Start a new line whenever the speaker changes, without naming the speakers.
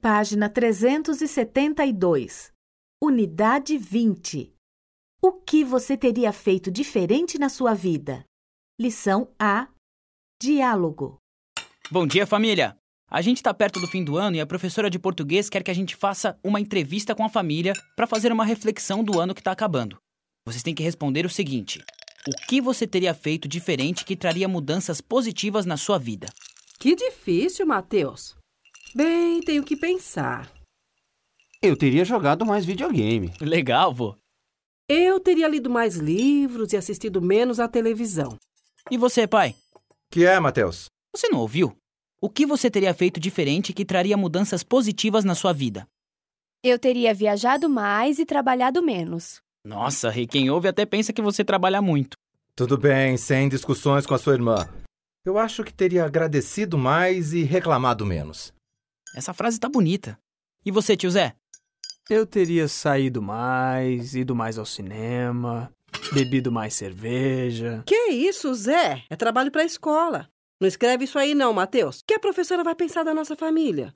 Página 372. Unidade 20. O que você teria feito diferente na sua vida? Lição A. Diálogo.
Bom dia, família! A gente está perto do fim do ano e a professora de português quer que a gente faça uma entrevista com a família para fazer uma reflexão do ano que está acabando. Vocês têm que responder o seguinte: O que você teria feito diferente que traria mudanças positivas na sua vida?
Que difícil, Matheus. Bem, tenho que pensar.
Eu teria jogado mais videogame.
Legal, vô!
Eu teria lido mais livros e assistido menos à televisão.
E você, pai?
Que é, Matheus?
Você não ouviu? O que você teria feito diferente que traria mudanças positivas na sua vida?
Eu teria viajado mais e trabalhado menos.
Nossa, Rê, quem ouve até pensa que você trabalha muito.
Tudo bem, sem discussões com a sua irmã. Eu acho que teria agradecido mais e reclamado menos.
Essa frase tá bonita. E você, tio Zé?
Eu teria saído mais, ido mais ao cinema, bebido mais cerveja.
Que isso, Zé? É trabalho para a escola. Não escreve isso aí não, Matheus, que a professora vai pensar da nossa família.